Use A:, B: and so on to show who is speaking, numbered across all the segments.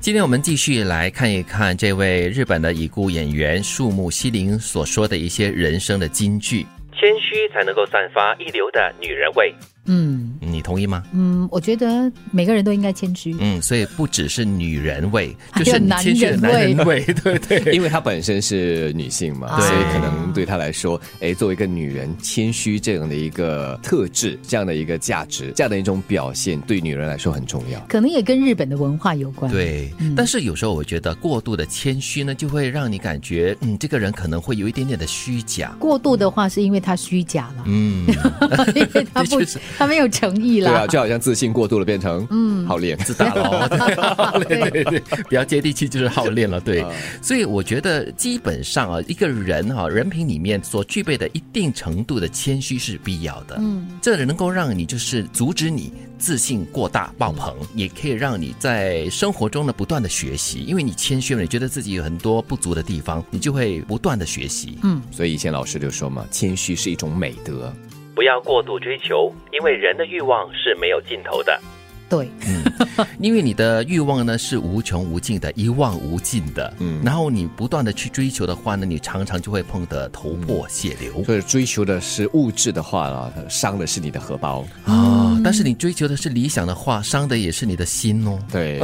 A: 今天我们继续来看一看这位日本的已故演员树木希林所说的一些人生的金句：谦虚才能够散发一流的女人味。
B: 嗯
A: 你同意吗？
B: 嗯，我觉得每个人都应该谦虚。
A: 嗯，所以不只是女人 味，
B: 还
A: 就
B: 有
A: 是
B: 男
A: 谦虚的
B: 人
A: 男
B: 味
A: 人味， 对对。
C: 因为她本身是女性嘛，
B: 对
C: 所以可能对她来说，哎，作为一个女人，谦虚这样的一个特质，这样的一个价值，这样的一种表现，对女人来说很重要。
B: 可能也跟日本的文化有关。，
A: 对，但是有时候我觉得过度的谦虚呢，就会让你感觉，嗯，这个人可能会有一点点的虚假，
B: 过度的话是因为他虚假了，
A: 嗯，
B: 因为他 不
A: 的确是，
B: 他没有诚意
C: 对
B: 啦。
C: 啊，就好像自信过度了，变成嗯好脸。
A: 自大喽， 对对对，比较接地气就是好练了，对
C: 啊。
A: 所以我觉得基本上啊，一个人哈、人品里面所具备的一定程度的谦虚是必要的，
B: 嗯，
A: 这能够让你就是阻止你自信过大爆棚，也可以让你在生活中呢不断的学习，因为你谦虚了，你觉得自己有很多不足的地方，你就会不断的学
B: 嗯
A: 习。
C: 所以以前老师就说嘛，谦虚是一种美德。
A: 不要过度追求，因为人的欲望是没有尽头的。
B: 对，
A: 因为你的欲望呢是无穷无尽的，一望无尽的，嗯，然后你不断的去追求的话呢，你常常就会碰得头破血流、
C: 所以追求的是物质的话啊，伤的是你的荷包。
A: 啊。但是你追求的是理想的话，伤的也是你的心哦。
C: 对，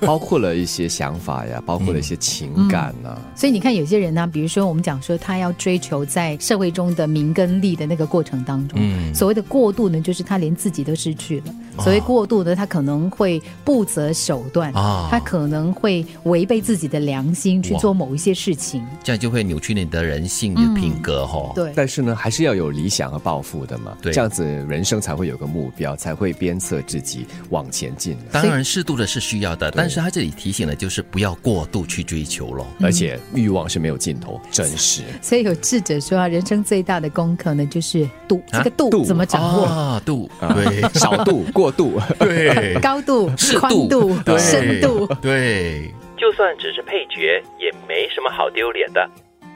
C: 包括了一些想法呀，包括了一些情感啊呐、
B: 所以你看有些人呢、比如说我们讲说他要追求在社会中的名跟利的那个过程当中，
A: 嗯哦
B: 所谓的过度呢，就是他连自己都失去了。所谓过度呢，他可能会不择手段，
A: 啊
B: 他可能会违背自己的良心去
A: 哇
B: 做某一些事情。
A: 这样就会扭曲你的人性、你的品格哦。
B: 嗯对，
C: 但是呢，还是要有理想和抱负的嘛，
A: 对
C: 这样子人生才会有个目标，才会鞭策自己往前进。
A: 当然，适度的是需要的，但是他这里提醒的就是不要过度去追求咯。
C: 而且欲望是没有尽头，真 是。
B: 所以有智者说啊，人生最大的功课呢，就是度，
A: 啊
B: 这个度
C: 度
B: 怎么掌握？
A: 啊，度对
C: 少度过度，
A: 对
B: 高度、
A: 哎适
B: 宽
A: 度、
B: 度、
A: 对
B: 深度，
A: 对，
D: 就算只是配角，也没什么好丢脸的。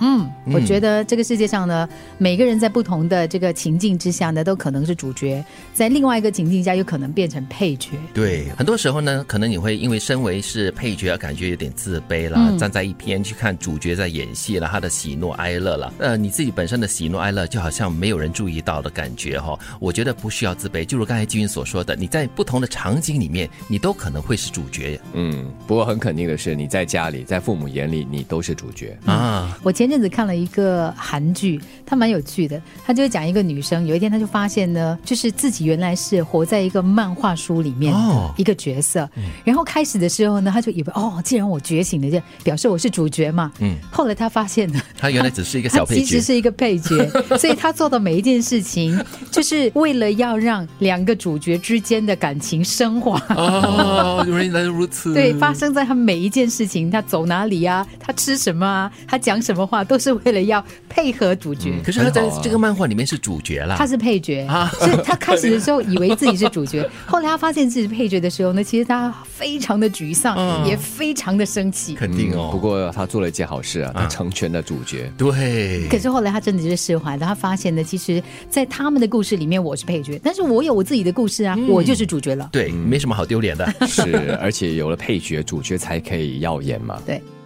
B: 嗯，
A: 嗯
B: 我觉得这个世界上呢，每个人在不同的这个情境之下呢，都可能是主角，在另外一个情境下，又可能变成配角。
A: 对，很多时候呢，可能你会因为身为是配角而感觉有点自卑啦，
B: 嗯
A: 站在一边去看主角在演戏啦，他的喜怒哀乐啦，呃，你自己本身的喜怒哀乐就好像没有人注意到的感觉哈、我觉得不需要自卑，就如刚才君所说的，你在不同的场景里面，你都可能会是主角
C: 嗯。不过很肯定的是，你在家里，在父母眼里，你都是主角。
A: 啊。
B: 我前阵子看了一个韩剧，它蛮有趣的，它就讲一个女生，有一天她就发现呢，就是自己原来是活在一个漫画书里面
A: 哦
B: 的一个角色，然后开始的时候呢，她就以为哦，既然我觉醒了，就表示我是主角嘛，
A: 嗯
B: 后来她发现呢，
A: 他原来只是一个
B: 嗯他
A: 小配
B: 其
A: 角
B: 实，是一个 配角，所以他做的每一件事情，就是为了要让两个主角之间的感情升华。
A: 哦，原来如此。
B: 对，发生在他每一件事情，他走哪里啊，他吃什么啊，他讲什么话，都是为了要配合主
A: 嗯
B: 角。
A: 可是他啊在
C: 很好啊
A: 这个漫画里面是主角啦
B: 他。是配角，所以他开始的时候以为自己是主角， 后来他发现自己是配角的时候呢，其实他非常的沮丧，
A: 嗯
B: 也非常的生气。
A: 肯定哦，
C: 嗯
B: 嗯
C: 不过他做了一件好事啊，他成全了主 角。
A: 对，
B: 可是后来他真的就是释怀了，他发现呢，其实，在他们的故事里面，我是配角，但是我有我自己的故事
A: 嗯
B: 啊，我就是主角了。
A: 对，没什么好丢脸的。
C: 是，而且有了配角，主角才可以耀眼嘛。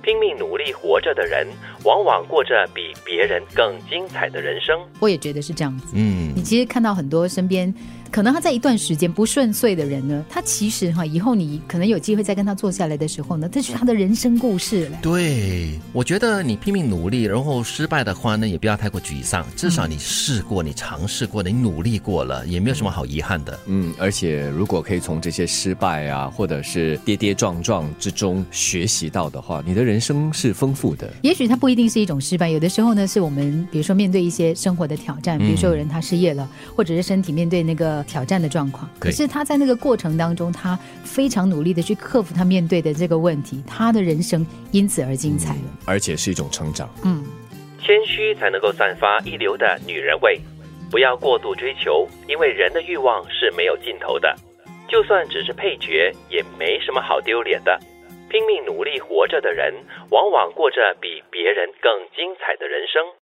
D: 拼命努力活着的人，往往过着比别人更精彩的人生。
B: 我也觉得是这样子。
A: 嗯
B: 你，其实看到很多身边，可能他在一段时间不顺遂的人呢，他其实哈，以后你可能有机会再跟他坐下来的时候呢，这是他的人生故事了。
A: 对，我觉得你拼命努力，然后失败的话呢，也不要太过沮丧，至少你试过，你尝试过，你努力过了，也没有什么好遗憾的。
C: 嗯，而且如果可以从这些失败啊，或者是跌跌撞撞之中学习到的话，你的人生是丰富的。
B: 也许它不一定是一种失败，有的时候呢，是我们比如说面对一些生活的挑战，比如说有人他失业了，或者是身体面对那个挑战的状况，可
A: 对
B: 是他在那个过程当中，他非常努力的去克服他面对的这个问题，他的人生因此而精彩了。
C: 而且是一种成长。
B: 嗯，
D: 谦虚才能够散发一流的女人味。不要过度追求，因为人的欲望是没有尽头的。就算只是配角，也没什么好丢脸的。拼命努力活着的人，往往过着比别人更精彩的人生。